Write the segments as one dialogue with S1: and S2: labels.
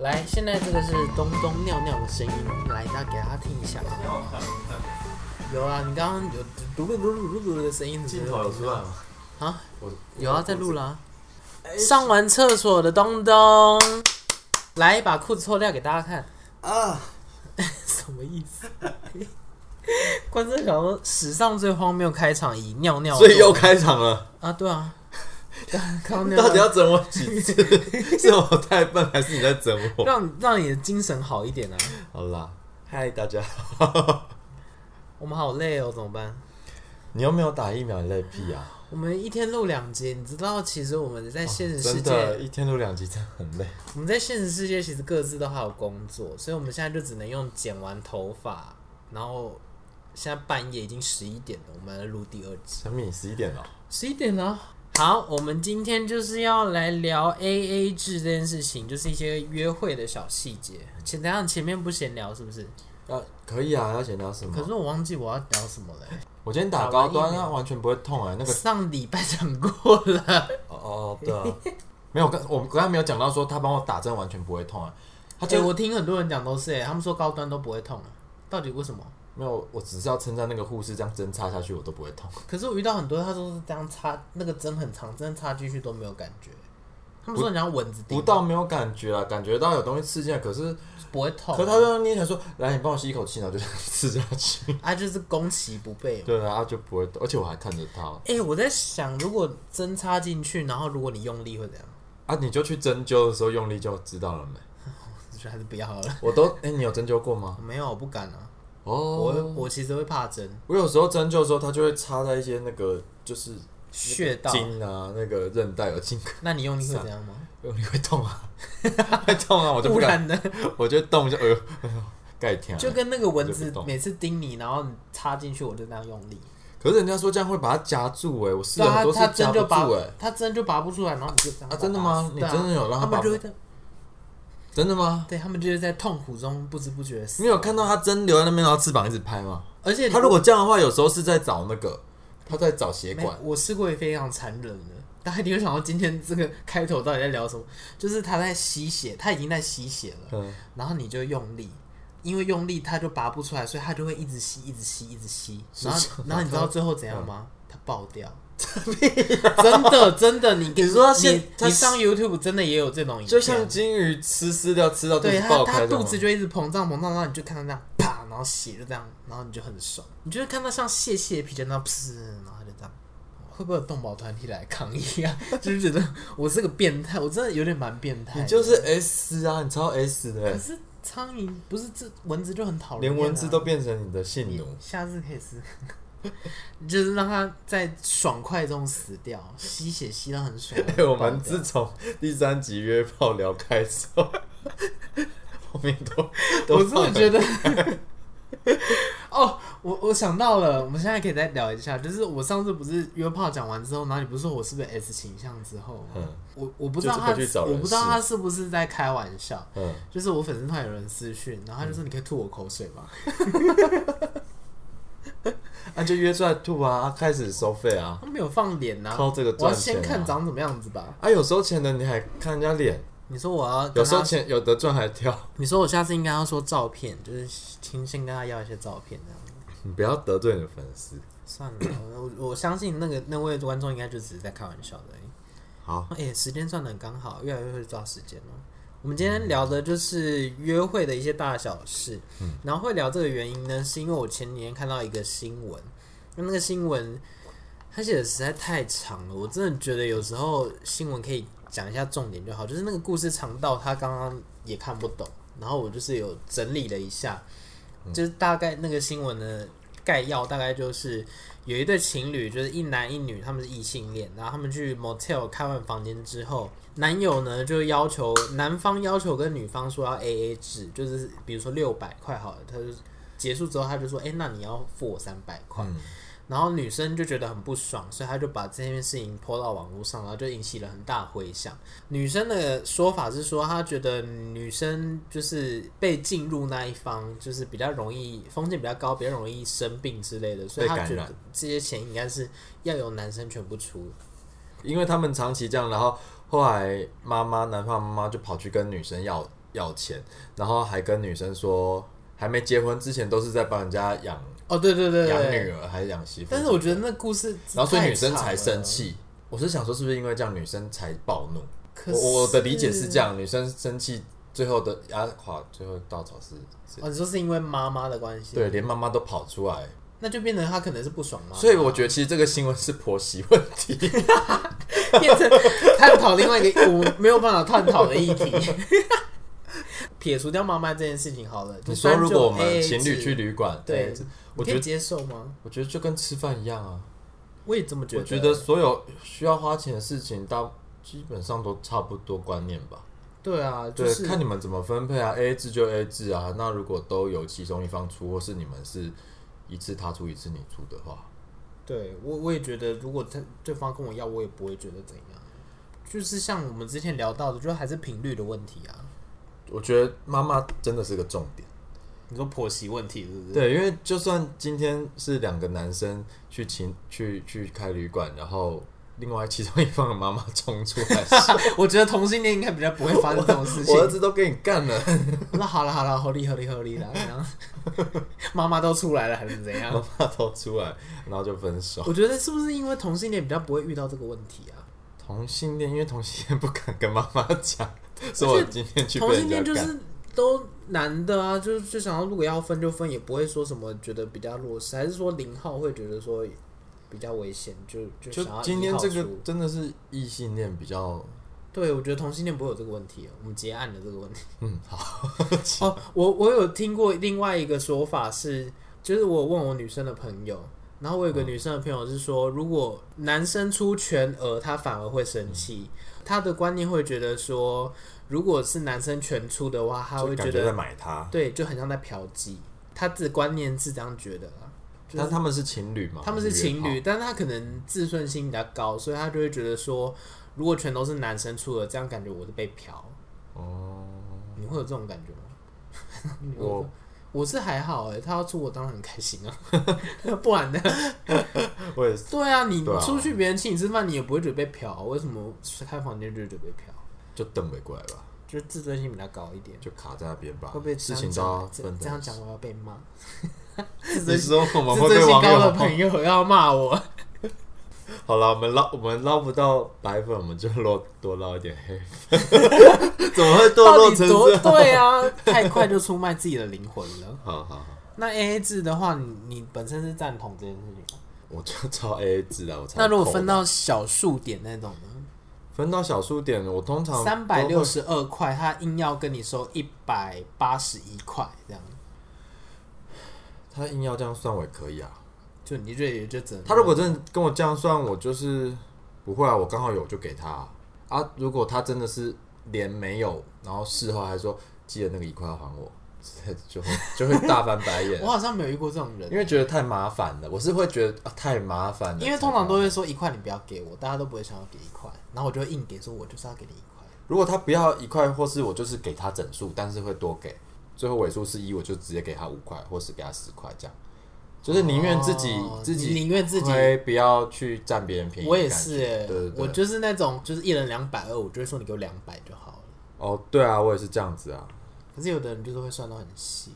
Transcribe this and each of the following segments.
S1: 来，现在这个是东东尿尿的声音，来，大家给他听一下。啊有啊，你刚刚有嘟噜噜噜噜噜的声音，
S2: 镜头有出来吗？
S1: 啊？
S2: 我
S1: 有啊，在录。啦、
S2: 哎
S1: 上完厕所的东东，来把裤子脱掉给大家看，
S2: 啊！
S1: 什么意思？观众想说史上最荒谬开场以尿尿作
S2: 所
S1: 为，
S2: 以又开场了，
S1: 啊，对 啊，刚刚尿
S2: 到底
S1: 尿
S2: 要整我几次？ 是我太笨，还是你在整我？
S1: 让让你的精神好一点啊。
S2: 好啦，嗨大家，
S1: 我们好累哦，怎么办？
S2: 你又没有打疫苗，你累屁啊！
S1: 我们一天录两集，你知道，其实我们在现实世
S2: 哦真
S1: 界，
S2: 的，一天录两集真的很累。
S1: 我们在现实世界其实各自都还有工作，所以我们现在就只能用剪完头发，然后现在半夜已经十一点了，我们来录第二集，
S2: 小米，十一点了，
S1: 十一点了。好，我们今天就是要来聊 A A 制这件事情，就是一些约会的小细节。前等一下前面不闲聊是不是？
S2: 要可以啊，要闲聊什
S1: 可
S2: 么？
S1: 是我忘记我要聊什么了、
S2: 我今天
S1: 打
S2: 打
S1: 完
S2: 高端
S1: 疫苗
S2: 啊，完全不会痛 啊。那个
S1: 上礼拜讲过了，
S2: 哦哦，对啊，没有，我刚我们刚刚没有讲到说他帮我打针完全不会痛啊。他
S1: 哎、
S2: 就
S1: 我听很多人讲都是、哎，他们说高端都不会痛、啊到底为什么？
S2: 没有，我只是要称赞那个护士，这样针插下去我都不会痛。
S1: 可是我遇到很多，他都是这样插，那个针很长，针插进去都没有感觉。他们说你像蚊子叮，
S2: 不到没有感觉啊，感觉到有东西刺进来，可是
S1: 不会痛啊
S2: 可是他就让捏起来说，来你帮我吸一口气，然后就这样刺下去。
S1: 啊，就是攻其不备嘛。
S2: 对啊，他就不会，而且我还看着他
S1: 哎、我在想，如果针插进去，然后如果你用力会怎样？
S2: 啊，你就去针灸的时候用力就知道了没？
S1: 我觉得还是不要好了。
S2: 我都哎、你有针灸过吗？
S1: 没有，我不敢啊。
S2: 哦，
S1: 我我其实会怕针，
S2: 我有时候针灸的时候，它就会插在一些那个就是
S1: 穴道。
S2: 筋啊，那个韧带有筋，
S1: 那你用力会怎样吗？
S2: 用力会痛啊， 会痛啊，我就
S1: 不
S2: 不 敢，
S1: 然呢？
S2: 我就动一下，哎呦， 哎呦盖天啊。
S1: 就跟那个蚊子
S2: 我就不动
S1: 每次叮你，然后你插进去，我就那样用力。
S2: 可是人家说这样会把它夹住哎、我试
S1: 对
S2: 了
S1: 啊
S2: 很多
S1: 他他
S2: 次夹
S1: 针
S2: 不
S1: 就拔
S2: 住哎、，
S1: 他针就拔不出来，然后你就这样
S2: 啊真的
S1: 把
S2: 吗
S1: 它打死
S2: 你真的有让
S1: 他
S2: 他拔
S1: 们
S2: 吗
S1: 就会在，
S2: 真的吗？
S1: 对他们就是在痛苦中不知不觉死。
S2: 你有看到他针留在那边，然后翅膀一直拍吗？
S1: 而且
S2: 他如果这样的话，有时候是在找那个，他在找血
S1: 没
S2: 管，
S1: 我试过也非常残忍的， 大家一定会想到今天这个开头到底在聊什么？就是他在吸血，他已经在吸血了，
S2: 嗯，
S1: 然后你就用力。因为用力，他就拔不出来，所以他就会一直吸，一直吸，一直吸。
S2: 是嗯
S1: 然后
S2: 这样，吗
S1: 然后你知道最后怎样吗？他爆 掉。真的，真的，你
S2: 你说他现
S1: 你
S2: 他
S1: 你上 YouTube 真的也有这种影片，
S2: 就像金鱼吃饲料吃到肚
S1: 对
S2: 子
S1: 他，
S2: 爆
S1: 他
S2: 开这
S1: 肚
S2: 样吗
S1: 子就一直膨胀膨胀，然后你就看到那样啪，然后血就这样，然后你就很爽，你就会看到像蟹蟹皮就那样噗，然后就这样。会不会有动保团体来抗议啊？ 就是觉得我是个变态，我真的有点蛮变态的。
S2: 你就是 S 啊，你超 S 的、
S1: 可是苍蝇不是这蚊子就很讨人厌、
S2: 连
S1: 啊，
S2: 蚊子都变成你的性奴
S1: 你。下次可以试试看， 就是让它在爽快中死掉，吸血吸到很爽。
S2: 哎、 我们自从第三集约炮聊开之后， 后面都都
S1: 我真的觉
S2: 得
S1: 得， 哦，我我想到了，我们现在可以再聊一下，就是我上次不是约炮讲完之后，然后你不是说我是不是 S 倾向之后吗，
S2: 嗯
S1: 我我不知道
S2: 就是
S1: 他，
S2: 回去找人
S1: 我不知道
S2: 试
S1: 他是不是在开玩笑，
S2: 嗯，
S1: 就是我粉丝团有人私讯，然后他就说你可以吐我口水吗？
S2: 那、就约出来吐啊，开始收费啊，
S1: 他没有放脸呐、
S2: 靠这个
S1: 我要
S2: 赚钱、啊。
S1: 先看长什么样子吧。
S2: 啊，有时候钱的你还看人家脸，
S1: 你说我要跟他
S2: 有时候钱有的赚还挑。
S1: 你说我下次应该要说照片，就是先先跟他要一些照片这样子。
S2: 你不要得罪你的粉丝。
S1: 算了，我我相信那个那位观众应该就只是在开玩笑的而已。
S2: 好，
S1: 哎、时间算的很刚好，越来越会抓时间了。哦我们今天聊的就是约会的一些大小事，然后会聊这个原因呢，是因为我前几天看到一个新闻，那那个新闻它写的实在太长了，我真的觉得有时候新闻可以讲一下重点就好，就是那个故事长到他刚刚也看不懂，然后我就是有整理了一下，就是大概那个新闻的概要大概就是有一对情侣，就是一男一女，他们是异性恋，然后他们去 motel 开完房间之后，男友呢就要求男方要求跟女方说要 A A 制，就是比如说六百块好了，他就结束之后他就说，哎、那你要付我三百
S2: 嗯
S1: 块，然后女生就觉得很不爽，所以她就把这件事情泼到网络上，然后就引起了很大回响。女生的说法是说，她觉得女生就是被进入那一方，就是比较容易风险比较高，比较容易生病之类的，所以
S2: 被
S1: 她
S2: 感
S1: 觉
S2: 染
S1: 得这些钱应该是要由男生全部出。
S2: 因为他们长期这样，然后后来妈妈男方妈妈就跑去跟女生要要钱，然后还跟女生说，还没结婚之前都是在帮人家养
S1: 哦，对对对
S2: 养
S1: 对，
S2: 女儿还是养媳妇，
S1: 但是我觉得那故事，
S2: 然后所以女生才生。气。我是想说，是不是因为这样女生才暴怒？
S1: 可是
S2: 我我的理解是这。样，女生生气最后的压垮最后稻草是是，
S1: 哦，你说是因为妈妈的关系，
S2: 对，，连妈妈都跑出来，
S1: 那就变成她可能是不爽妈妈，
S2: 所以我觉得其实这个新闻是婆媳问 题。
S1: 变成探讨另外一个我没有办法探讨的议 题。撇除掉妈妈这件事情好了，
S2: 你
S1: 就
S2: 说
S1: 算
S2: 如
S1: 就
S2: 果我们
S1: AA
S2: 情侣
S1: 制
S2: 去，旅馆，
S1: 对
S2: 哎
S1: 我
S2: 我
S1: 可
S2: 觉
S1: 以
S2: 得
S1: 接受吗？
S2: 我觉得就跟吃饭一样啊。
S1: 我也这么觉
S2: 我
S1: 得。
S2: 觉得所有需要花钱的事情，大基本上都差不多观念吧。
S1: 对啊，就是
S2: 对，看你们怎么分配啊，A A 制就 A A 制啊。那如果都有其中一方出，或是你们是一次他出一次你出的话，
S1: 对我我也觉得，如果他对方跟我要，我也不会觉得怎样。就是像我们之前聊到的，就还是频率的问题啊。
S2: 我觉得妈妈真的是个重点。
S1: 你说婆媳问题是不是？
S2: 对，因为就算今天是两个男生去请去去开旅馆，然后另外其中一方的妈妈 冲出来，
S1: 我觉得同性恋应该比较不会发生这种事 情
S2: 我。儿子都给你干了，
S1: 那好了好了，合理合理合理啦，这 样妈妈都出来了还是怎样
S2: 妈？妈都出来，然后就分手。
S1: 我觉得是不是因为同性恋比较不会遇到这个问题啊？
S2: 同性恋，因为同性恋不敢跟妈妈 讲，说我今天去被
S1: 同性
S2: 人
S1: 恋
S2: 家
S1: 就
S2: 干。
S1: 是都男的啊，就是就想要如果要分就分，也不会说什么觉得比较弱势，还是说零号会觉得说比较危险，就就
S2: 就
S1: 想要
S2: 今天
S1: 一号
S2: 这个
S1: 出
S2: 真的是异性恋比较，
S1: 对，我觉得同性恋不会有这个问题，哦我们结案的这个问题。
S2: 嗯，好，
S1: 哦，我我有听过另外一个说法是，就是我问我女生的朋友，然后我有
S2: 嗯
S1: 个女生的朋友是说，如果男生出全额，她反而会
S2: 嗯
S1: 生气，她的观念会觉得说，如果是男生全出的话，她
S2: 就
S1: 会
S2: 感
S1: 觉
S2: 觉
S1: 得
S2: 在买它。
S1: 对，就很像在嫖妓。她自己观念是这样觉得啦，就
S2: 但
S1: 是
S2: 他们是情侣嘛？
S1: 他们是情
S2: 哦约
S1: 侣，但是她可能自尊心比较高，所以她就会觉得说，如果全都是男生出的，这样感觉我是被嫖。
S2: 炮。哦，
S1: 你会有这种感觉吗？你会有
S2: 我
S1: 我是还好哎、他要出我当然很开心啊， 不然呢？
S2: 我也是，
S1: 对啊，你
S2: 对啊
S1: 出去别人请你吃饭，你也不会觉得被嫖，啊为什么开房间就觉得被嫖？
S2: 就等回过来吧，
S1: 就是自尊心比较高一点，
S2: 就卡在那边吧。
S1: 会不会这
S2: 事
S1: 样
S2: 情都
S1: 讲
S2: 要
S1: 这
S2: 分
S1: 这
S2: 的
S1: 样讲我要被骂？自
S2: 你
S1: 尊心
S2: 说我们
S1: 自
S2: 会
S1: 尊
S2: 被
S1: 心
S2: 网
S1: 高的
S2: 友
S1: 朋友要骂我，
S2: 好了，我们捞我们捞不到白粉，我们就捞多捞一点黑粉， 怎么会堕
S1: 到
S2: 落
S1: 底
S2: 成
S1: 多
S2: 这样？
S1: 对啊？太快就出卖自己的灵魂了。
S2: 好好好，
S1: 那 A A 制的话，你你本身是赞同这件事情吗？
S2: 我就 照 A A 制啦，我超
S1: 那如果
S2: 抠的
S1: 分到小数点那种呢？
S2: 分到小数点，我通常
S1: 三百
S2: 都
S1: 六
S2: 会
S1: 十二块，他硬要跟你收一百八十一块，这样
S2: 他硬要这样算，我也可以啊。
S1: 就你这也就只能
S2: 他如果真的跟我这样算，我就是不会啊，我刚好有我就给他啊。啊如果他真的是连没有，然后事后还说记得那个一块要还我， 就会就会大翻白眼
S1: 我，好像没有遇过这种人，
S2: 因为觉得太麻烦了。我是会觉得、啊、太麻烦了，
S1: 因为通常都会说一块你不要给我，大家都不会想要给一块，然后我就会硬给说，我就是要给你一块。
S2: 如果他不要一块，或是我就是给他整数，但是会多给，最后尾数是一，我就直接给他五块，或是给他十块这样。就是宁愿自己、
S1: 哦
S2: 自己
S1: 你宁愿自己
S2: 亏不要去占别人便宜的感觉。
S1: 我也是哎、
S2: 对对对，
S1: 我就是那种就是一人两百二，我就会说你给我两百就好了。
S2: 哦，对啊，我也是这样子啊。
S1: 可是有的人就是会算到很细，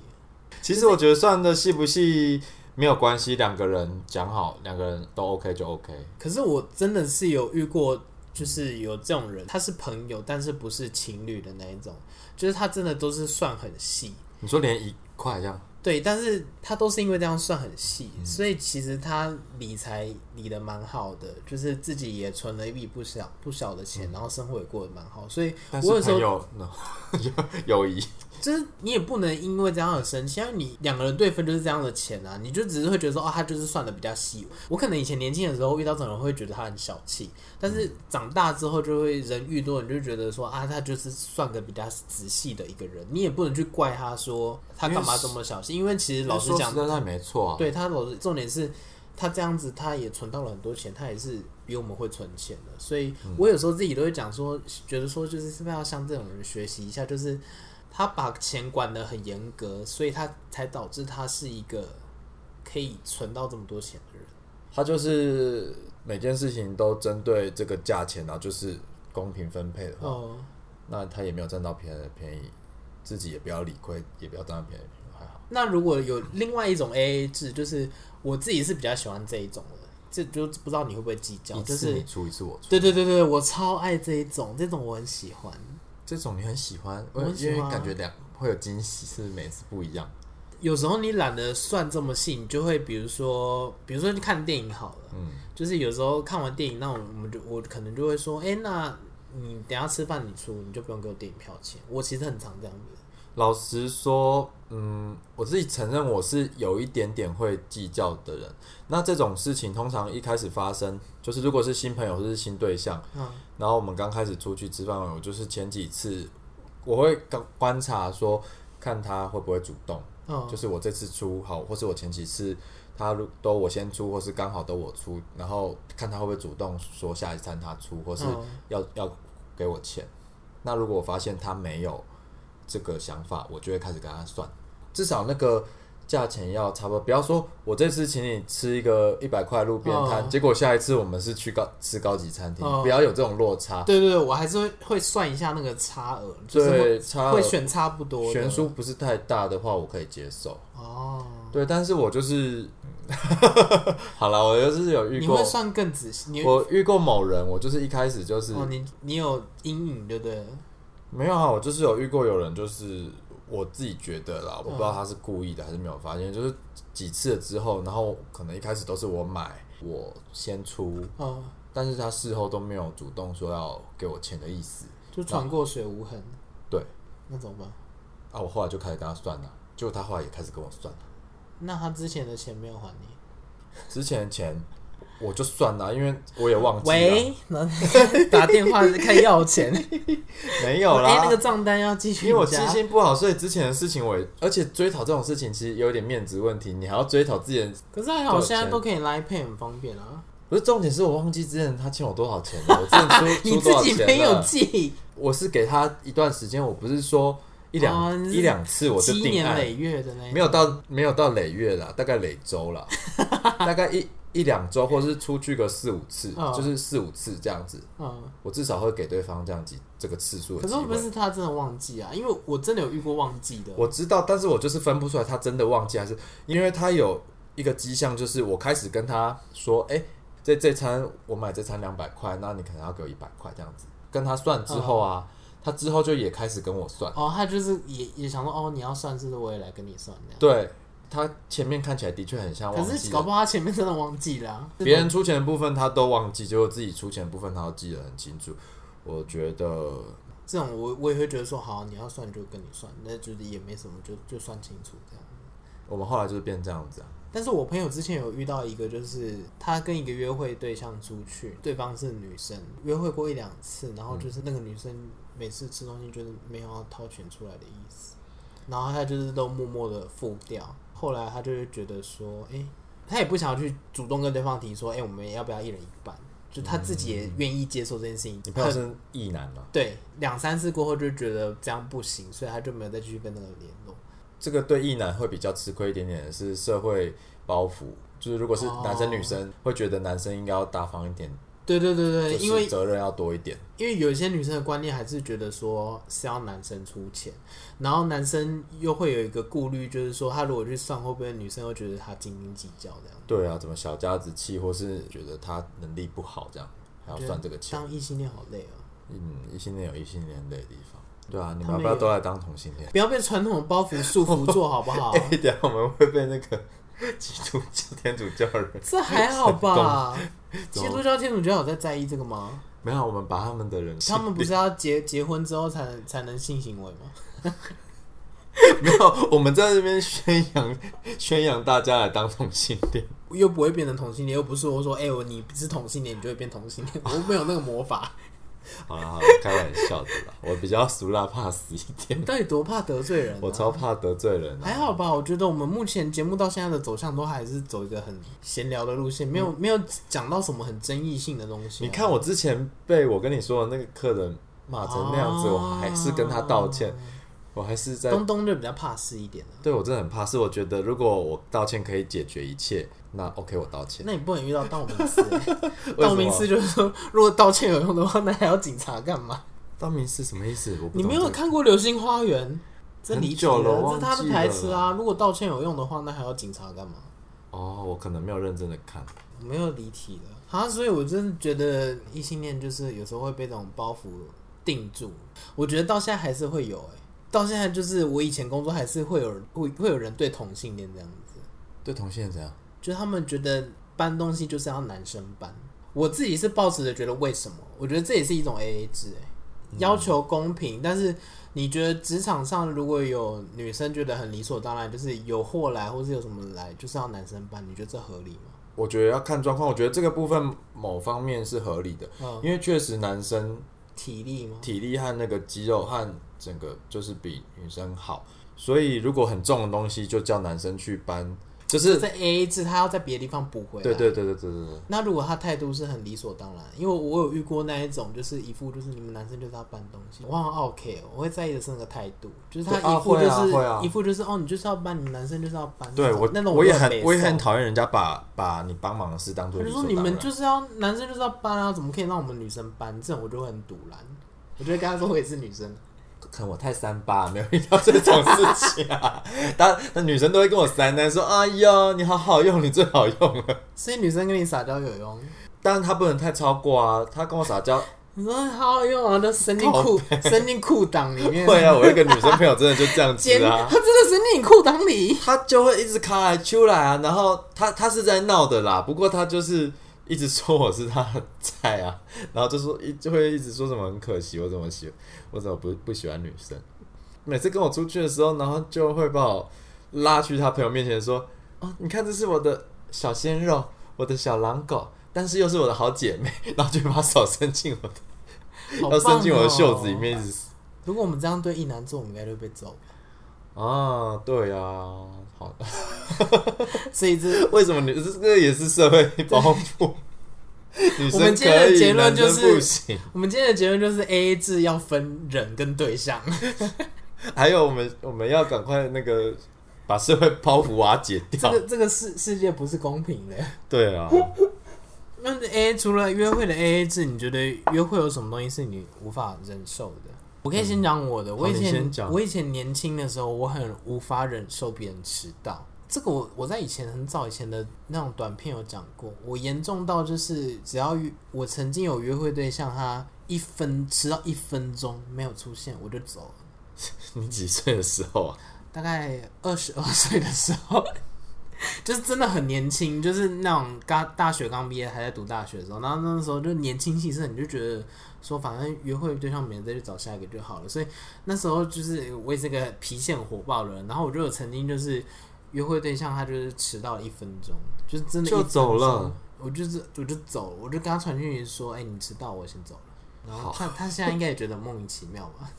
S2: 其实我觉得算的细不细没有关系，两个人讲好，两个人都 OK 就 OK。
S1: 可是我真的是有遇过，就是有这种人，他是朋友，但是不是情侣的那一种，就是他真的都是算很细，
S2: 你说连一块这样，
S1: 对，但是他都是因为这样算很细，所以其实他理财理的蛮好的，就是自己也存了一笔不小不小的钱，然后生活也过得蛮好，所以
S2: 但
S1: 我
S2: 是
S1: 有时候
S2: 朋友 no 友 谊，
S1: 就是你也不能因为这样而生气，因为你两个人对分就是这样的钱啊，你就只是会觉得说哦，他就是算的比较细。我可能以前年轻的时候遇到这种人会觉得他很小气，但是长大之后就会人遇多，你就觉得说啊，他就是算的比较仔细的一个人，你也不能去怪他说他干嘛这么小心，因为其实老实
S2: 说
S1: 讲
S2: 实，在那也没错啊。
S1: 对他老师，重点是他这样子，他也存到了很多钱，他也是比我们会存钱的。所以
S2: 嗯
S1: 我有时候自己都会讲说，觉得说就是是不是要向这种人学习一下，就是他把钱管得很严格，所以他才导致他是一个可以存到这么多钱的人。
S2: 他就是每件事情都针对这个价钱啊，就是公平分配的话，
S1: 哦，
S2: 那他也没有占到便宜便宜，自己也不要理亏，也不要当别人的女友还好。
S1: 那如果有另外一种 A A 制，就是我自己是比较喜欢这一种的，这就不知道你会不会计较，
S2: 一
S1: 就
S2: 次
S1: 是
S2: 你出，一次我出。
S1: 对对对对，我超爱这一种，这种我很喜欢。
S2: 这种你很喜欢，
S1: 我很喜
S2: 因
S1: 欢啊
S2: 为感觉两会有惊喜，是每次不一样。
S1: 有时候你懒得算这么细，你就会比如说，比如说去看电影好了，
S2: 嗯，
S1: 就是有时候看完电影，那我们就我可能就会说，哎、那你等一下吃饭你出，你就不用给我电影票钱。我其实很常这样子，
S2: 老实说，嗯，我自己承认我是有一点点会计较的人。那这种事情通常一开始发生，就是如果是新朋友或是新对象，
S1: 嗯，
S2: 然后我们刚开始出去吃饭，我就是前几次我会观观察说，看他会不会主动，
S1: 嗯，
S2: 就是我这次出好，或是我前几次他如都我先出，或是刚好都我出，然后看他会不会主动说下一餐他出，或是
S1: 嗯
S2: 要、要给我钱。那如果我发现他没有这个想法，我就会开始跟他算，至少那个价钱要差不多。不要说我这次请你吃一个一百块路边摊，
S1: 嗯
S2: 结果下一次我们是去高吃高级餐厅，
S1: 嗯
S2: 不要有这种落差。
S1: 对对对，我还是会会算一下那个差额，就是会
S2: 对，差
S1: 会选差不多的
S2: 悬殊不是太大的话，我可以接受。
S1: 哦。
S2: 对，但是我就是， 好了，我就是有遇
S1: 你
S2: 过
S1: 会，算更仔细，你
S2: 我遇过某人，我就是一开始就是、
S1: 哦，你你有阴影，对不对？
S2: 没有啊，我就是有遇过有人，就是我自己觉得啦，我不知
S1: 嗯
S2: 道他是故意的还是没有发现，就是几次了之后，然后可能一开始都是我买，我先出，
S1: 哦，
S2: 但是他事后都没有主动说要给我钱的意思
S1: 就
S2: 啊
S1: 船过水无痕。
S2: 对，
S1: 那怎么办？
S2: 啊，我后来就开始跟他算了，结果他后来也开始跟我算了，
S1: 那他之前的钱没有还你？
S2: 之前的钱我就算了，因为我也忘记了，
S1: 喂， 然后打电话开始要 钱，
S2: 没有啦，
S1: 哎，那个账单要继
S2: 因
S1: 续
S2: 为我记
S1: 加。
S2: 性不好，所以之前的事情我也，而且追讨这种事情其实有点面子问题，你还要追讨之前，
S1: 可是还好，现在都可以来配，很方便啊。
S2: 不是重点是我忘记之前他欠我多少钱了，我之 前出
S1: 你
S2: 出多
S1: 自
S2: 少
S1: 己
S2: 钱啊
S1: 没有
S2: 了，
S1: 记，
S2: 我是给他一段时间，我不是说一两、
S1: 哦你是
S2: 一两次我就
S1: 积
S2: 定
S1: 年
S2: 案，
S1: 累月的那
S2: 没
S1: 有。
S2: 有到没有到累月啦，大概累周 啦，大概一一两周，或是出去个四五次，
S1: 嗯
S2: 就是四五次这样子，
S1: 嗯，
S2: 我至少会给对方这样几这个次数的
S1: 可
S2: 机
S1: 是会不会
S2: 会。
S1: 是他真的忘记啊？因为我真的有遇过忘记的。
S2: 我知道，但是我就是分不出来他真的忘记还是因为他有一个迹象，就是我开始跟他说，哎、这这餐我买这餐两百块，那你可能要给我一百块这样子。跟他算之后啊，他之后就也开始跟我算，
S1: 哦，他就是也也想说，哦，你要算，是不是我也来跟你算这样？
S2: 对他前面看起来的确很 像忘
S1: 可
S2: 记
S1: 是搞
S2: 了。
S1: 不好他前面真的忘记了啊、
S2: 别人出钱的部分他都忘记，结果自己出钱的部分他都记得很清楚。我觉得
S1: 这种我我也会觉得说，好，你要算就跟你算，那就是也没什么，就就算清楚这样。
S2: 我们后来就是变这样子啊，
S1: 但是我朋友之前有遇到一个，就是他跟一个约会对象出去，对方是女生，约会过一两次，然后就是那个女生每次吃东西就是没有要掏钱出来的意思，然后他就是都默默的付掉。后来他就会觉得说，哎、他也不想要去主动跟对方提说，哎、我们要不要一人一半？就他自己也愿意接受这件事情，
S2: 嗯你朋友
S1: 很
S2: 是异男吗？
S1: 对，两三次过后就觉得这样不行，所以他就没有再继续跟那个联络。
S2: 这个对异男会比较吃亏一点点的是社会包袱，就是如果是男生
S1: 哦
S2: 女生、会觉得男生应该要大方一点，
S1: 对对对对，
S2: 就
S1: 因为
S2: 是责任要多一点。
S1: 因为有一些女生的观念还是觉得说是要男生出钱，然后男生又会有一个顾虑，就是说他如果去算，会不会女生又觉得他斤斤计较这样？
S2: 对啊，怎么小家子气，或是觉得他能力不好这样，还要算这个钱。
S1: 当异性恋好累啊！
S2: 嗯，异性恋有异性恋累的地方。对啊，你
S1: 他
S2: 们
S1: 们
S2: 要不要
S1: 也
S2: 都来当同性 恋？
S1: 不要被传统的包袱束缚住，好不好
S2: 哎、？等一下我们会被那个基督教天主教人
S1: 这还好吧？
S2: 懂
S1: 基督教、天主教有在在意这个吗？
S2: 没有，我们把他们的人性
S1: 他们不是要结结婚之后才能才能性行为吗？
S2: 没有，我们在这边宣扬宣扬大家来当同性恋。
S1: 又不会变成同性恋，又不是我说，哎、我你是同性恋，你就会变同性恋，我没有那个魔 法。
S2: 好了好了，啊开玩笑的啦，我比较俗辣怕死一点，
S1: 你到底多怕得罪人、啊？
S2: 我超怕得罪人、啊。
S1: 还好吧，我觉得我们目前节目到现在的走向都还是走一个很闲聊的路线，没有、没有讲到什么很争议性的东西啊、
S2: 你看我之前被我跟你说的那个客人骂成那样子，
S1: 哦
S2: 我还是跟他道歉，我还是在
S1: 东东就比较怕事一点了。
S2: 对我真的很怕，是我觉得如果我道歉可以解决一切，那 OK 我道歉。
S1: 那你不能遇到道明寺、欸，
S2: 为什
S1: 道
S2: 么啊
S1: 明寺就是说，如果道歉有用的话，那还要警察干嘛？
S2: 道明寺什么意思？我不
S1: 你
S2: 懂
S1: 没
S2: 这
S1: 有
S2: 个
S1: 看过《流星花园》？这
S2: 很
S1: 离题
S2: 久了我
S1: 这
S2: 忘
S1: 是他的
S2: 记
S1: 台
S2: 了
S1: 词啊。如果道歉有用的话，那还要警察干嘛？
S2: 哦，我可能没有认真的看。
S1: 没有离题了啊，所以我真的觉得异性恋就是有时候会被这种包袱定住，我觉得到现在还是会有哎、到现在就是我以前工作还是会有人会会有人对同性恋这样子，
S2: 对同性恋怎样？
S1: 就他们觉得搬东西就是要男生搬，我自己是抱持着觉得为什么？我觉得这也是一种 A A 制哎、要求公平，但是你觉得职场上如果有女生觉得很理所当然，就是有货来或是有什么来，就是要男生搬，你觉得这合理吗？
S2: 我觉得要看状况。我觉得这个部分某方面是合理的，
S1: 嗯，
S2: 因为确实男生
S1: 体力吗？
S2: 体力和那个肌肉和整个就是比女生好，所以如果很重的东西就叫男生去搬，就
S1: 就是
S2: 是
S1: 在 A A 制，他要在别的地方补回来。
S2: 对对对对对对对，
S1: 那如果他态度是很理所当然，因为我有遇过那一种，就是一副就是你们男生就是要搬东西，我很 OK，我会在意的是那个态度，就是他
S2: 对啊
S1: 一副就是、
S2: 会啊会啊
S1: 一副就是哦，你就是要搬，你男生就是要搬。
S2: 对
S1: 那种
S2: 我
S1: 那种
S2: 我也
S1: 就
S2: 很
S1: 北
S2: 我也很
S1: 宋
S2: 讨厌人家把把你帮忙的事当做
S1: 他
S2: 理
S1: 就
S2: 所
S1: 说
S2: 当
S1: 你
S2: 然。
S1: 们就是要男生就是要搬啊，怎么可以让我们女生搬？这种我就会很堵然，我就会跟他说我也是女生，
S2: 可能我太三八，没有遇到这种事情啊。 当那女生都会跟我三单说：“哎呦，你好好用，你最好用了。
S1: 所以女生跟你撒娇有用。”
S2: 但是她不能太超过啊。她跟我撒 娇，
S1: 你说好好用啊，都伸进裤伸进裤裆里面，
S2: 会啊，我有一个女生朋友真的就这样
S1: 尖，
S2: 子
S1: 他
S2: 啊，
S1: 真的伸进你裤裆里。
S2: 她就会一直卡来出来啊。然后她她是在闹的啦，不过她就是一直说我是她的菜啊， 然后就说一就会一直说什么很可惜，我怎么喜我怎么不不喜欢女生。每次跟我出去的时候，然后就会把我拉去她朋友面前说：“哦，你看这是我的小鲜肉，我的小狼狗。”但是又是我的好姐妹， 然后就把手伸进我的，
S1: 好
S2: 要
S1: 棒
S2: 伸进我的袖子里
S1: 哦。
S2: 面，一直
S1: 如果我们这样对一男做，我们应该就被揍吧。
S2: 啊，对啊，好，
S1: 所以这
S2: 为什么女这个也是社会包 袱？女
S1: 我们
S2: 生
S1: 今天
S2: 可
S1: 的
S2: 以，
S1: 结论
S2: 男生
S1: 就是
S2: 不行。
S1: 我们今天的结论就是 A A 制要分人跟对象。
S2: 还有我们我们要赶快那个把社会包袱瓦解
S1: 这
S2: 掉。
S1: 个这个世世界不是公平的。
S2: 对啊，
S1: 那 A A 除了约会的 A A 制，你觉得约会有什么东西是你无法忍受的？我可以先讲我的。我以
S2: 你
S1: 前
S2: 先讲
S1: 我以前年轻的时候，我很无法忍受别人迟到。这个我我在以前很早以前的那种短片有讲过，我严重到就是只要约我曾经有约会对象，他一分迟到一分钟没有出现，我就走了。
S2: 你几岁的时候啊？
S1: 大概二十二岁的时候， 就是真的很年轻，就是那种刚大学刚毕业还在读大学的时候，然后那时候就年轻气盛，你就觉得说反正约会对象没了再去找下一个就好了。所以那时候就是我也是个脾气很火爆的人，然后我就有曾经就是约会对象他就是迟到了一分钟，就是真的
S2: 就
S1: 一分
S2: 走了
S1: 钟。我就是我就走了，我就跟他传讯息说：“哎、你迟到，我先走了。”然后他他现在应该也觉得莫名其妙吧。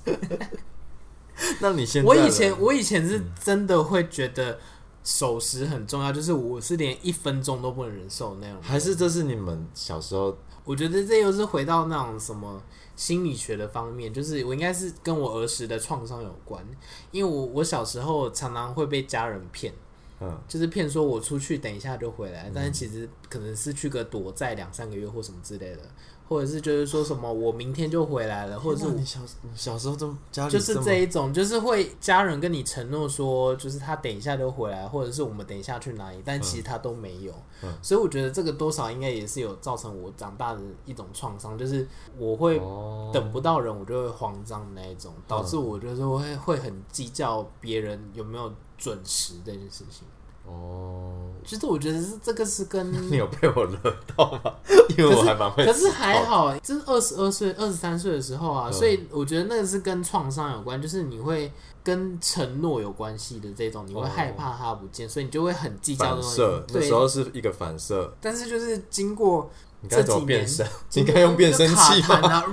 S2: 那你现在嗯
S1: 我
S2: 嘞
S1: 以前我以前是真的会觉得守时很重要，就是我是连一分钟都不能忍受那种。
S2: 还是这是你们小时候
S1: 我觉得这又是回到那种什么心理学的方面，就是我应该是跟我儿时的创伤有关，因为我我小时候常常会被家人骗。
S2: 嗯
S1: 就是骗说我出去等一下就回来，但是其实可能是去个躲债两三个月或什么之类的，或者是就是说什么我明天就回来了， 或者是
S2: 天
S1: 我
S2: 哪你小你小时候这么家里
S1: 就是
S2: 么
S1: 这一种，就是会家人跟你承诺说，就是他等一下就回来，或者是我们等一下去哪里，但其实他都没有。
S2: 嗯
S1: 所以我觉得这个多少应该也是有造成我长大的一种创伤，就是我会
S2: 哦嗯
S1: 等不到人，我就会慌张那一种，导致我就是会会很计较别人有没有准时这件事情。
S2: 哦，
S1: 其实我觉得是这个是跟
S2: 你有被我惹到吗？ 因为我还蛮会哦
S1: 可是
S2: 迟到
S1: 还好，这是二十二岁、二十三岁的时候啊，
S2: 嗯
S1: 所以我觉得那个是跟创伤有关，就是你会跟承诺有关系的这种，你会
S2: 哦
S1: 害怕它不见，所以你就会很计较
S2: 反
S1: 这种
S2: 射，那
S1: 对
S2: 时候是一个反射。
S1: 但是就是经 过
S2: 你
S1: 这
S2: 该
S1: 几
S2: 怎么变
S1: 年，
S2: 身？你
S1: 经过
S2: 该用变声器
S1: 就卡
S2: 吗？
S1: 痰啊，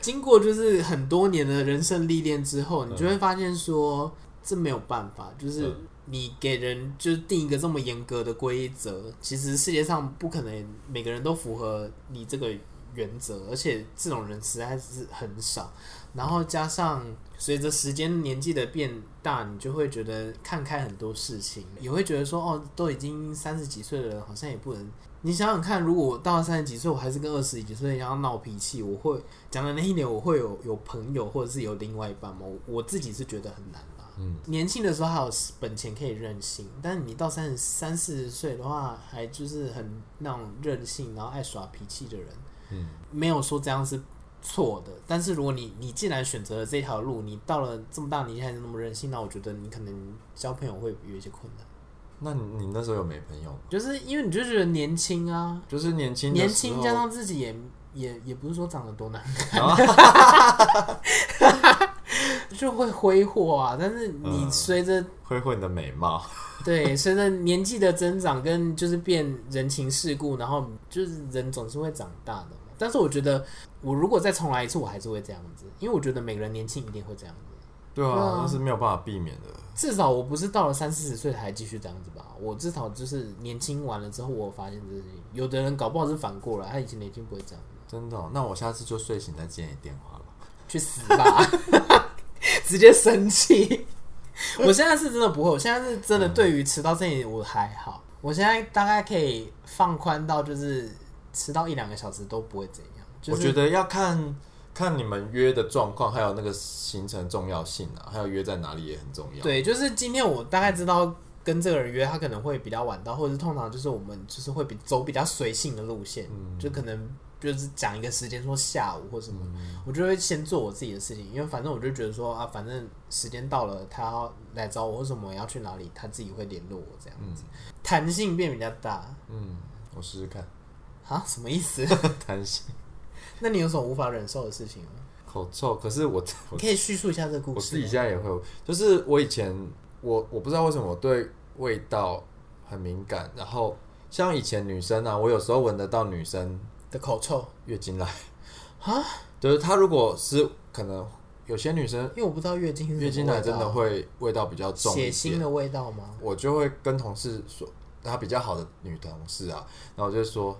S1: 经过就是很多年的人生历练之后，你就会发现说这没有办法，就是
S2: 嗯
S1: 你给人就是定一个这么严格的规则，其实世界上不可能每个人都符合你这个原则，而且这种人实在是很少。然后加上随着时间年纪的变大，你就会觉得看开很多事情，也会觉得说哦，都已经三十几岁的人，好像也不能。你想想看，如果我到了三十几岁，我还是跟二十几岁一样闹脾气，我会讲的那一点，我会有有朋友或者是有另外一半吗？我我自己是觉得很难啦。
S2: 嗯，
S1: 年轻的时候还有本钱可以任性，但你到三十三四十岁的话，还就是很那种任性，然后爱耍脾气的人，
S2: 嗯，
S1: 没有说这样是错的。但是如果你你既然选择了这条路，你到了这么大年纪还是那么任性，那我觉得你可能交朋友会有一些困难，
S2: 那你你那时候有没朋友吗？
S1: 就是因为你就觉得年轻啊，
S2: 就是年轻的
S1: 年
S2: 时
S1: 轻
S2: 候
S1: 加上自己也也也不是说长得多难
S2: 然后
S1: 看， 就会挥霍啊。但是你
S2: 嗯
S1: 随着
S2: 挥霍你的美貌，
S1: 对，随着年纪的增长跟就是变人情世故，然后就是人总是会长大的嘛。但是我觉得，我如果再重来一次，我还是会这样子，因为我觉得每个人年轻一定会这样子。
S2: 对
S1: 对啊
S2: 啊，那是没有办法避免的。
S1: 至少我不是到了三四十岁还继续这样子吧，我至少就是年轻完了之后，我发现这些有的人搞不好是反过来，他以前年轻不会这样，
S2: 真的哦、那我下次就睡醒再接你电话了。
S1: 去死吧， 直接生气。我现在是真的不会，我现在是真的对于迟到这一点我还好，
S2: 嗯
S1: 我现在大概可以放宽到就是迟到一两个小时都不会怎样。就是、
S2: 我觉得要看看你们约的状况，还有那个行程重要性啊，还有约在哪里也很重要。
S1: 对，就是今天我大概知道跟这个人约，他可能会比较晚到，或者是通常就是我们就是会比走比较随性的路线，
S2: 嗯
S1: 就可能就是讲一个时间说下午或什么，
S2: 嗯
S1: 我就会先做我自己的事情，因为反正我就觉得说啊，反正时间到了，他要来找我，或什么要去哪里，他自己会联络我这样子，弹性变比较大
S2: 嗯，我试试看，
S1: 啊，什么意思？
S2: 贪心
S1: 那你有什么无法忍受的事情吗？
S2: 口臭，可是我
S1: 你
S2: 我
S1: 可以叙述一下这个故
S2: 我自
S1: 事
S2: 己
S1: 吗。
S2: 现在也会有，就是我以前我我不知道为什么我对味道很敏感，然后像以前女生啊，我有时候闻得到女生
S1: 的口臭，
S2: 月经来 就是她如果是可能有些女生
S1: 因为我不知道月经是什么
S2: 月经来
S1: 味
S2: 真的
S1: 道
S2: 会味道比较重一
S1: 血
S2: 点，
S1: 腥的味道吗？
S2: 我就会跟同事说，她比较好的女同事啊，然后我就说，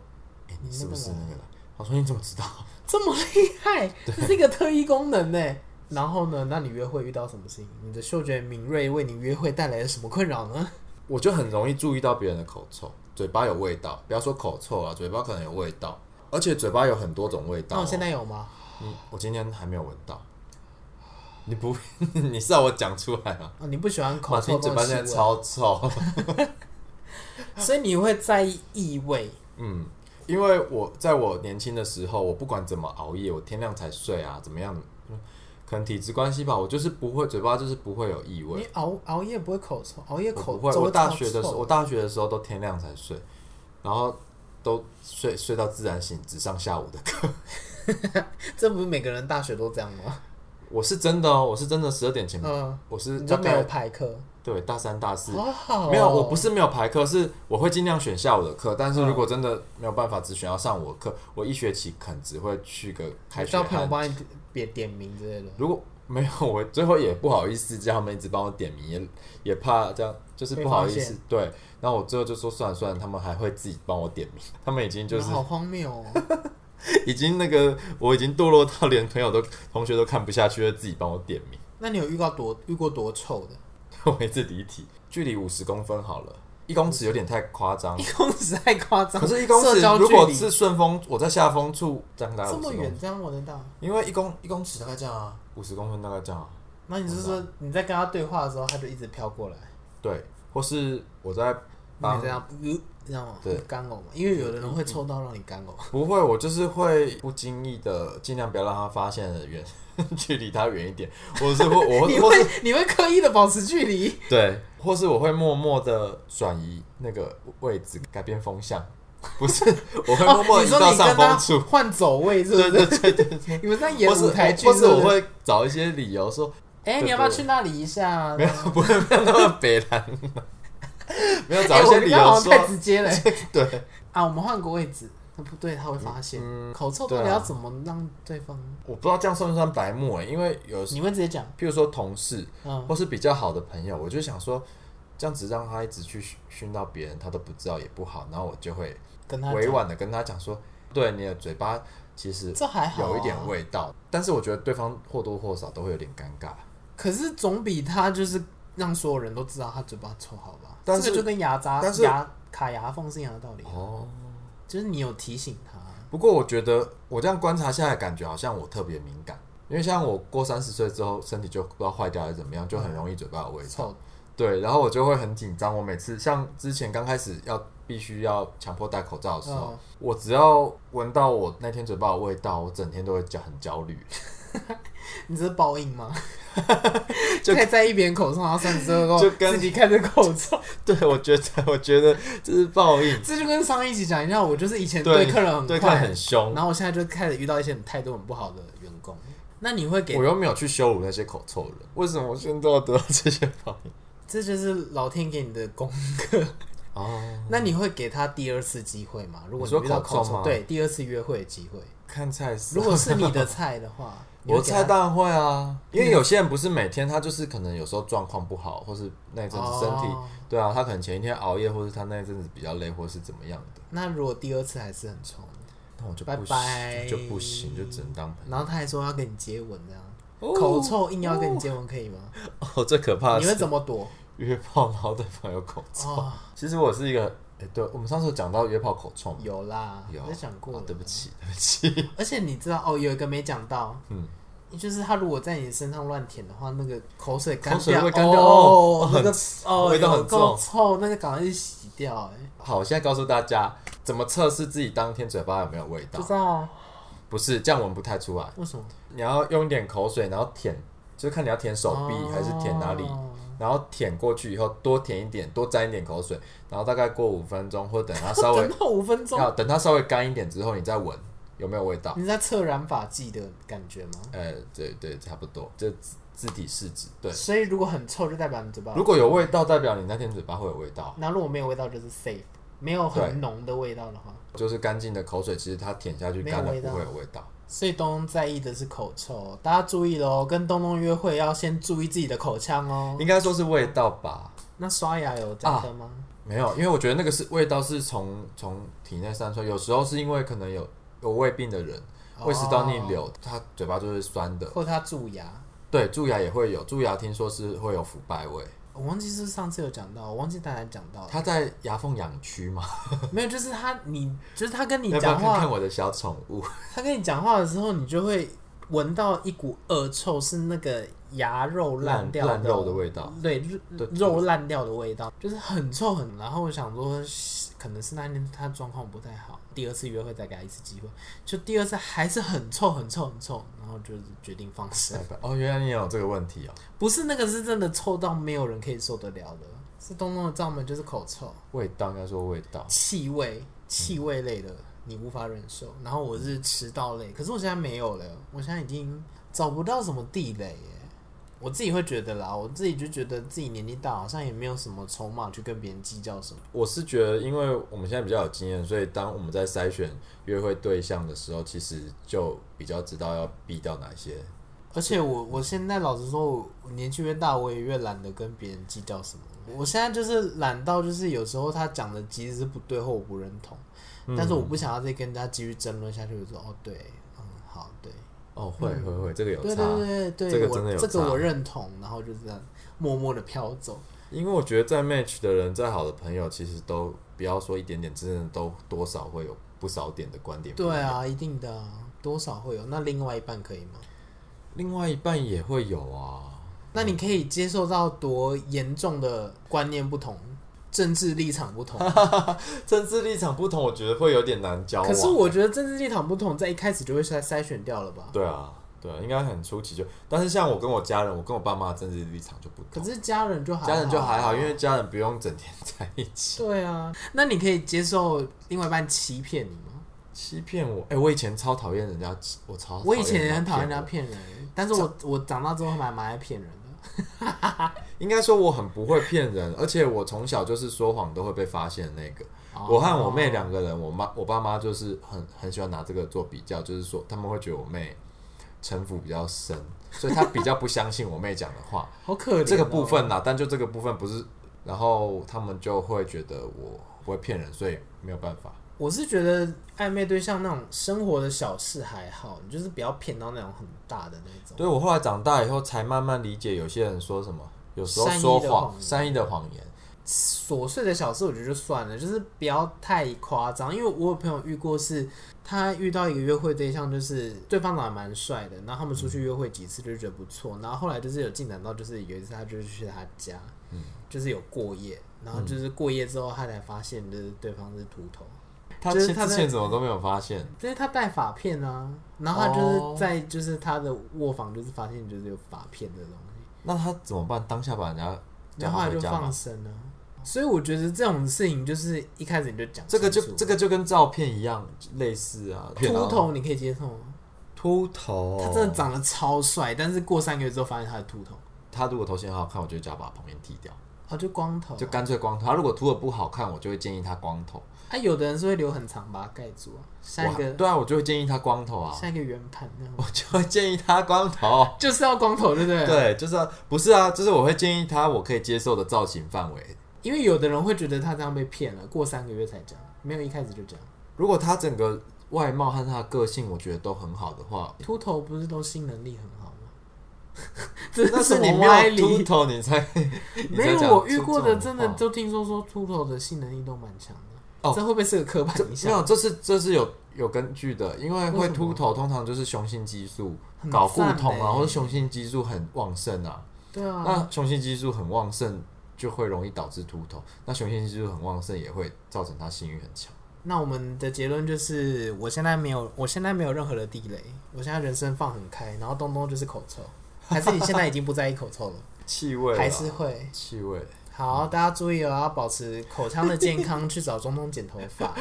S2: 哎、你是不是那个来？她说你怎么知道？
S1: 这么厉害，这是一个特异功能呢。然后呢？那你约会遇到什么事情？你的嗅觉敏锐为你约会带来了什么困扰呢？
S2: 我就很容易注意到别人的口臭，嘴巴有味道，不要说口臭啊，嘴巴可能有味道，而且嘴巴有很多种味
S1: 那
S2: 道、哦。
S1: 我现在有吗？
S2: 你，我今天还没有闻到。你不， 你是要我讲出来啊？
S1: 啊，你不喜欢口
S2: 马
S1: 臭
S2: 丁嘴
S1: 跟
S2: 巴
S1: 气
S2: 现在
S1: 味，
S2: 超臭，
S1: 所以你会在意异味。
S2: 嗯，因为我在我年轻的时候，我不管怎么熬夜，我天亮才睡啊，怎么样？嗯可能体质关系吧，我就是不会，嘴巴就是不会有异味
S1: 你。熬熬夜不会口臭，熬夜
S2: 我
S1: 口
S2: 不会，
S1: 臭
S2: 我
S1: 会
S2: 大
S1: 超
S2: 学的时候，
S1: 臭
S2: 我大学的时候都天亮才睡，然后都睡睡到自然醒，只上下午的课。
S1: 这不是每个人大学都这样 吗？
S2: 我是真的哦，我是真的十二点前，
S1: 嗯，
S2: 我是
S1: 你
S2: 大
S1: 就没有
S2: 概
S1: 排课，
S2: 对大三大四。
S1: 好好哦。
S2: 没有，我不是没有排课，是我会尽量选下午的课，但是如果
S1: 哦
S2: 真的没有办法只选到上午的课，我一学期可能只会去个开学
S1: 叫朋友
S2: 和。
S1: 帮你别点名之类的。
S2: 如果没有，我最后也不好意思叫他们一直帮我点名，也也怕这样，就是不好意
S1: 被发
S2: 思
S1: 现。
S2: 对，然后我最后就说算了算了，他们还会自己帮我点 名，他们已经就
S1: 你
S2: 是
S1: 们好荒谬哦！
S2: 已经那个，我已经堕落到连朋友都、同学都看不下去了，自己帮我点名，
S1: 那你有遇到多遇过多臭的？
S2: 我一直离题。距离五十公分好了，一公尺有点太夸张
S1: 一，公尺太夸张，
S2: 可是一公尺
S1: 社交距
S2: 如果
S1: 离
S2: 是顺风，我在下风处这样大概
S1: 这
S2: 五
S1: 么
S2: 十公
S1: 远
S2: 分，，
S1: 这样闻得到？
S2: 因为一公一公尺大概这样啊，五十公分大概这样、啊，
S1: 那你是说你在跟他对话的时候，他就一直飘过来，
S2: 对，或是我在
S1: 那
S2: 帮
S1: 你这样，呃这样吗？
S2: 对
S1: 干呕嘛，因为有的人会抽到让你干呕。
S2: 不会，我就是会不经意的，尽量不要让他发现的远， 距离他远一点。我是 会，我
S1: 你
S2: 会，或是
S1: 会你会刻意的保持距离，
S2: 对，或是我会默默的转移那个位置，改变 风向。不是，我会 默默
S1: 哦，
S2: 地
S1: 你
S2: 移
S1: 说
S2: 到
S1: 你
S2: 上
S1: 跟他
S2: 风处。
S1: 换走位是不
S2: 对
S1: 是？
S2: 对对对，
S1: 你们在演
S2: 或是
S1: 舞台剧
S2: 或
S1: 是
S2: 是我
S1: 不是？
S2: 会找一些理由说，
S1: 哎，你要不要去那里一下？啊
S2: 没有， 不会没有那么北蓝， 没有
S1: 哎，
S2: 找一
S1: 我
S2: 些
S1: 们
S2: 理
S1: 刚刚
S2: 由
S1: 好像太
S2: 说，
S1: 直接了
S2: 对，
S1: 啊！我们换个位置，那不对，他会发现。
S2: 嗯，
S1: 口臭到底
S2: 对啊
S1: 要怎么让对方？
S2: 我不知道这样算不算白目哎，因为有时，
S1: 你会直接讲，
S2: 譬如说同事，
S1: 嗯，
S2: 或是比较好的朋友，我就想说，这样子让他一直去熏熏到别人，他都不知道也不好。然后我就会
S1: 跟他
S2: 委
S1: 讲。
S2: 婉的跟他讲说，对你的嘴巴其实
S1: 这还好、啊
S2: 有一点。味道，但是我觉得对方或多或少都会有点尴尬。
S1: 可是总比他就是让所有人都知道他嘴巴臭好吧？
S2: 但是
S1: 这个就跟牙渣、
S2: 但是
S1: 牙卡牙缝是一样的道理啊、
S2: 哦，
S1: 就是你有提醒他，
S2: 不过我觉得我这样观察下来，感觉好像我特别敏感，因为像我过三十岁之后，身体就不知道坏掉还是怎么样，就很容易嘴巴有味道。
S1: 臭
S2: 对，然后我就会很紧张。我每次像之前刚开始要必须要强迫戴口罩的时候，
S1: 嗯
S2: 我只要闻到我那天嘴巴有味道，我整天都会焦很焦虑。
S1: 你这是报应吗？
S2: 就
S1: 就可以 在一边口上，然后三十岁后
S2: 就跟
S1: 自己看着口罩，
S2: 对，我觉得 我觉得这是报应。
S1: 这就跟上一集讲一样，我就是以前
S2: 对
S1: 客人很
S2: 对，看
S1: 坏，
S2: 很凶，
S1: 然后我现在就开始遇到一些很态度很不好的员工。那你会给
S2: 我又没有去羞辱那些口臭人，为什么我现在都要得到这些报应？
S1: 这就是老天给你的功。
S2: 哦，
S1: 那你会给他第二次机会吗？如果
S2: 你说
S1: 你遇到
S2: 口
S1: 口
S2: 中吗
S1: 臭，对，第二次约会的机会，
S2: 看菜色，
S1: 如果是你的菜的话，你会
S2: 我
S1: 给他
S2: 菜当然会啊，因为有些人不是每天，他就是可能有时候状况不好，或是那一阵子身体，
S1: 哦
S2: 对啊，他可能前一天熬夜，或是他那一阵子比较累，或是怎么样的，
S1: 那如果第二次还是很臭呢，
S2: 那我就不
S1: 拜
S2: 行，
S1: 拜
S2: 就不行，就只能当朋友。
S1: 然后他还说要跟你接吻这样，口臭硬要跟你接吻可以吗？
S2: 哦，最可怕的
S1: 你会
S2: 是
S1: 怎么躲？
S2: 约炮然后对朋友口臭。
S1: 哦，
S2: 其实我是一个，哎，对我们上次有讲到约炮口臭嘛，
S1: 有啦，
S2: 有
S1: 我讲过
S2: 啊
S1: 了，
S2: 对不起， 对不起，
S1: 而且你知道哦，有一个没讲到，
S2: 嗯，
S1: 就是他如果在你身上乱舔的话，那个口水干
S2: 口水会干
S1: 掉
S2: 掉哦
S1: 哦，那
S2: 很
S1: 个哦
S2: 味道很
S1: 有够臭，那个赶快去洗掉，哎，
S2: 好，我现在告诉大家怎么测试自己当天嘴巴有没有味道
S1: 不，知道啊
S2: 不是这样闻不太出来。
S1: 为什么
S2: 你要用一点口水，然后舔，就是看你要舔手臂还是舔哪里，
S1: 哦
S2: 然后舔过去以后多舔一点，多沾一点口水，然后大概过五分钟或等它稍微
S1: 等到哦五分钟，
S2: 要等它稍微干一点之后，你再闻有没有味道。
S1: 你在测染发剂的感觉吗？
S2: 呃，对对，差不多，这字字体试纸。对，
S1: 所以如果很臭，就代表你嘴巴
S2: 如。果有味道，代表你那天嘴巴会有味道，
S1: 那如果没有味道，就是 safe，没有
S2: 对
S1: 很浓的味道的话。
S2: 就是干净的口水，其实它舔下去
S1: 没有
S2: 干的
S1: 味
S2: 不
S1: 道
S2: 会有味道。
S1: 所以东东在意的是口臭，哦大家注意喽！跟东东约会要先注意自己的口腔哦。
S2: 应该说是味道吧。
S1: 那刷牙有加分吗？
S2: 没有，因为我觉得那个是味道是从从体内散出来，有时候是因为可能有有胃病的人，
S1: 哦
S2: 胃食道逆流，他嘴巴就是酸的。
S1: 或他蛀牙，
S2: 对，蛀牙也会有，蛀牙听说是会有腐败味，
S1: 我忘记是不是上次有讲到，我忘记大家讲 到了，
S2: 它在牙缝痒区嘛。
S1: 没有，就是他你就是他跟你
S2: 要不要
S1: 讲
S2: 看
S1: 话，
S2: 看我的小宠物？
S1: 他跟你讲话的时候，你就会闻到一股恶臭，是那个牙肉烂掉
S2: 烂肉的味道，
S1: 对，
S2: 对
S1: 肉肉烂掉的味道，就是很臭很。然后我想说，可能是那天他状况不太好，第二次约会再给他一次机会，就第二次还是很臭很臭很臭，然后就是决定放生。
S2: 哦，原来你也有这个问题哦，
S1: 不是那个是真的臭到没有人可以受得了的，是东东的罩门就是口臭。
S2: 味道应该说味道。
S1: 气味、气味类的你无法忍受。然后我是迟到类，可是我现在没有了，我现在已经找不到什么地雷耶。我自己会觉得啦，我自己就觉得自己年纪大，好像也没有什么筹码去跟别人计较什么。
S2: 我是觉得，因为我们现在比较有经验，所以当我们在筛选约会对象的时候，其实就比较知道要避掉哪些。
S1: 而且我我现在老实说，我我年纪越大，我也越懒得跟别人计较什么。我现在就是懒到，就是有时候他讲的即使是不对或我不认同，但是我不想要再跟人家继续争论下去。我说哦，对，嗯，好，对，
S2: 哦，会会会，这个有差。
S1: 嗯对对对对，
S2: 这个
S1: 我
S2: 真的有
S1: 这个
S2: 差
S1: 我认同，然后就这样默默的飘走。
S2: 因为我觉得在 match 的人，再好的朋友，其实都不要说一点点，真的都多少会有不少点的观点。
S1: 对，啊，一定的啊，多少会有。那另外一半可以吗？
S2: 另外一半也会有啊。
S1: 那你可以接受到多严重的观念不同、政治立场不同？
S2: 政治立场不同，我觉得会有点难交往。啊
S1: 可是我觉得政治立场不同，在一开始就会筛筛选掉了吧？
S2: 对啊，对啊，应该很初期就，但是像我跟我家人，我跟我爸妈的政治立场就不
S1: 可
S2: 同，
S1: 是家人就还好啊
S2: 家人就还好，因为家人不用整天在一起
S1: 对啊。那你可以接受另外一半欺骗你吗？
S2: 欺骗我。哎、我以前超讨厌人家，我超
S1: 我以前也很讨厌人
S2: 人
S1: 家
S2: 家骗
S1: 骗人，但是我我长大之后蛮蛮爱骗人的。
S2: 我，应该说我很不会骗人，而且我从小就是说谎都会被发现的那个。我和我妹
S1: 哦
S2: 两个人，我妈我爸妈就是很很喜欢拿这个做比较，就是说他们会觉得我妹城府比较深，所以她比较不相信我妹讲的 话
S1: 好可怜哦
S2: 这个部分啦。但就这个部分不是，然后他们就会觉得我不会骗人，所以没有办法。
S1: 我是觉得暧昧对象那种生活的小事还好，你就是不要骗到那种很大的那种。
S2: 对我后来长大以后才慢慢理解，有些人说什么，有时候
S1: 善意
S2: 说
S1: 的
S2: 谎
S1: 谎，言
S2: 善意的谎言，
S1: 琐碎的小事我觉得就算了，就是不要太夸张。因为我有朋友遇过是，他遇到一个约会对象，就是对方长得蛮帅的，然后他们出去约会几次就觉得不错，然后后来就是有进展到就是有一次他就是去他家，
S2: 嗯
S1: 就是有过夜，然后就是过夜之后他才发现就是对方是秃头。
S2: 他
S1: 就是
S2: 之
S1: 他在
S2: 前怎么都没有发现，
S1: 因为他戴发片啊，然后他就是
S2: 哦
S1: 在就是他的卧房，就是发现就是有发片的东西，
S2: 那他怎么办？当下把人家叫
S1: 然后
S2: 他
S1: 他
S2: 回
S1: 就
S2: 家吗
S1: 放？生了、所以我觉得这种事情就是一开始你就讲
S2: 这个就
S1: 清楚
S2: 这个就跟照片一样类似啊，哦
S1: 秃头你可以接受吗？
S2: 秃头，
S1: 他真的，长得超帅，但是过三个月之后发现他的秃头，
S2: 他如果头型很好看，我就叫他把旁边剃掉，
S1: 哦，就光头。
S2: 就干脆光头。他如果秃的不好看，我就会建议他光头。
S1: 啊，有的人是会留很长把它盖住啊，下一
S2: 哇
S1: 个
S2: 对啊，我就会建议他光头啊，
S1: 下一个圆盘那
S2: 我
S1: 种，
S2: 就会建议他光头。
S1: 就是要光头，对不对？，
S2: 对，就是啊不是啊，就是我会建议他我可以接受的造型范围。
S1: 因为有的人会觉得他这样被骗了，过三个月才讲，没有一开始就讲。
S2: 如果他整个外貌和他的个性，我觉得都很好的话，
S1: 秃头不是都性能力很好吗？ 这
S2: 那
S1: 什
S2: 是你
S1: 么
S2: 没
S1: 歪
S2: 有秃
S1: 理？
S2: 头，你才你
S1: 没
S2: 才
S1: 有，
S2: 讲
S1: 我
S2: 出
S1: 遇
S2: 这
S1: 过的
S2: 种
S1: 真的
S2: 话
S1: 都听说说秃头的性能力都蛮强的。
S2: 哦
S1: 这会不会是个刻板印
S2: 没有，
S1: 象？
S2: 这是这是有有根据的，因为
S1: 为
S2: 会
S1: 什么
S2: 秃头通常就是雄性激素
S1: 很
S2: 搞固
S1: 赞
S2: 酮啊，
S1: 欸
S2: 或者雄性激素很旺盛啊。
S1: 对啊，
S2: 那雄性激素很旺盛，就会容易导致秃头。那雄性激素很旺盛，也会造成他性欲很强。
S1: 那我们的结论就是，我现在没有，我现在没有任何的地雷，我现在人生放很开，然后东东就是口 臭，还是你现在已经不在意口臭了？
S2: 气味啦嗯
S1: 还是会。
S2: 气味，
S1: 好，大家注意哦，要保持口腔的健康，去找中东剪头发。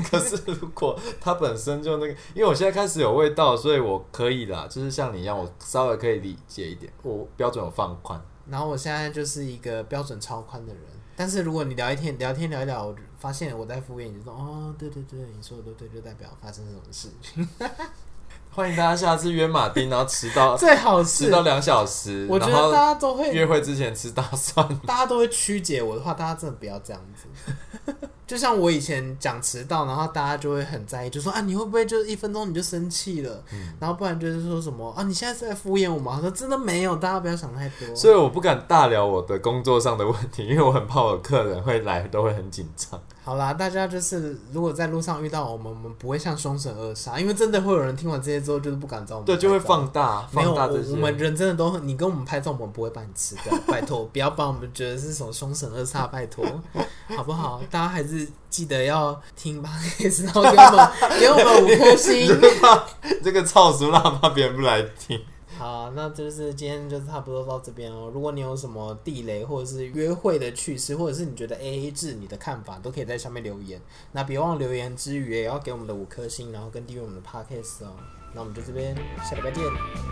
S2: 可是如果它本身就那个，因为我现在开始有味道，所以我可以啦，就是像你一样，我稍微可以理解一点，我标准有放宽。
S1: 然后我现在就是一个标准超宽的人，但是如果你聊一天聊天聊一聊，我就发现我在敷衍，你就说哦，对对对，你说的都对，就代表发生什么事情，
S2: 欢迎大家下次约马丁，然后迟到
S1: 最好
S2: 迟
S1: 是
S2: 到两小时，
S1: 我觉
S2: 然后
S1: 得大家都会
S2: 约会之前吃大蒜，
S1: 大家都会曲解我的话，大家真的不要这样子。就像我以前讲迟到，然后大家就会很在意，就说啊，你会不会就是一分钟你就生气了？然后不然就是说什么啊，你现在是在敷衍我吗？他说真的没有，大家不要想太多。
S2: 所以我不敢大聊我的工作上的问题，因为我很怕我客人会来都会很紧张。
S1: 好啦，大家就是如果在路上遇到我们，我们不会像凶神恶煞，因为真的会有人听完这些之后就是不敢找我们
S2: 对，就会
S1: 拍照。
S2: 放大
S1: 没有我，
S2: 放大这些。
S1: 我们人真的都很，你跟我们拍照，我们不会把你吃掉，拜托，不要把我们觉得是什么凶神恶煞，拜托， 好不好？大家还是记得要听吧， 也是要给我们 给我们五颗星。
S2: 这个操俗辣怕别人不来听。
S1: 好，那就是今天就差不多到这边哦。如果你有什么地雷，或者是约会的趣事，或者是你觉得 A A 制你的看法，都可以在下面留言。那别忘了留言之余，也要给我们的五颗星，然后跟订阅我们的 Podcast 哦。那我们就这边，下礼拜见，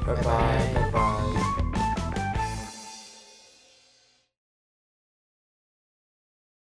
S2: 拜拜。拜拜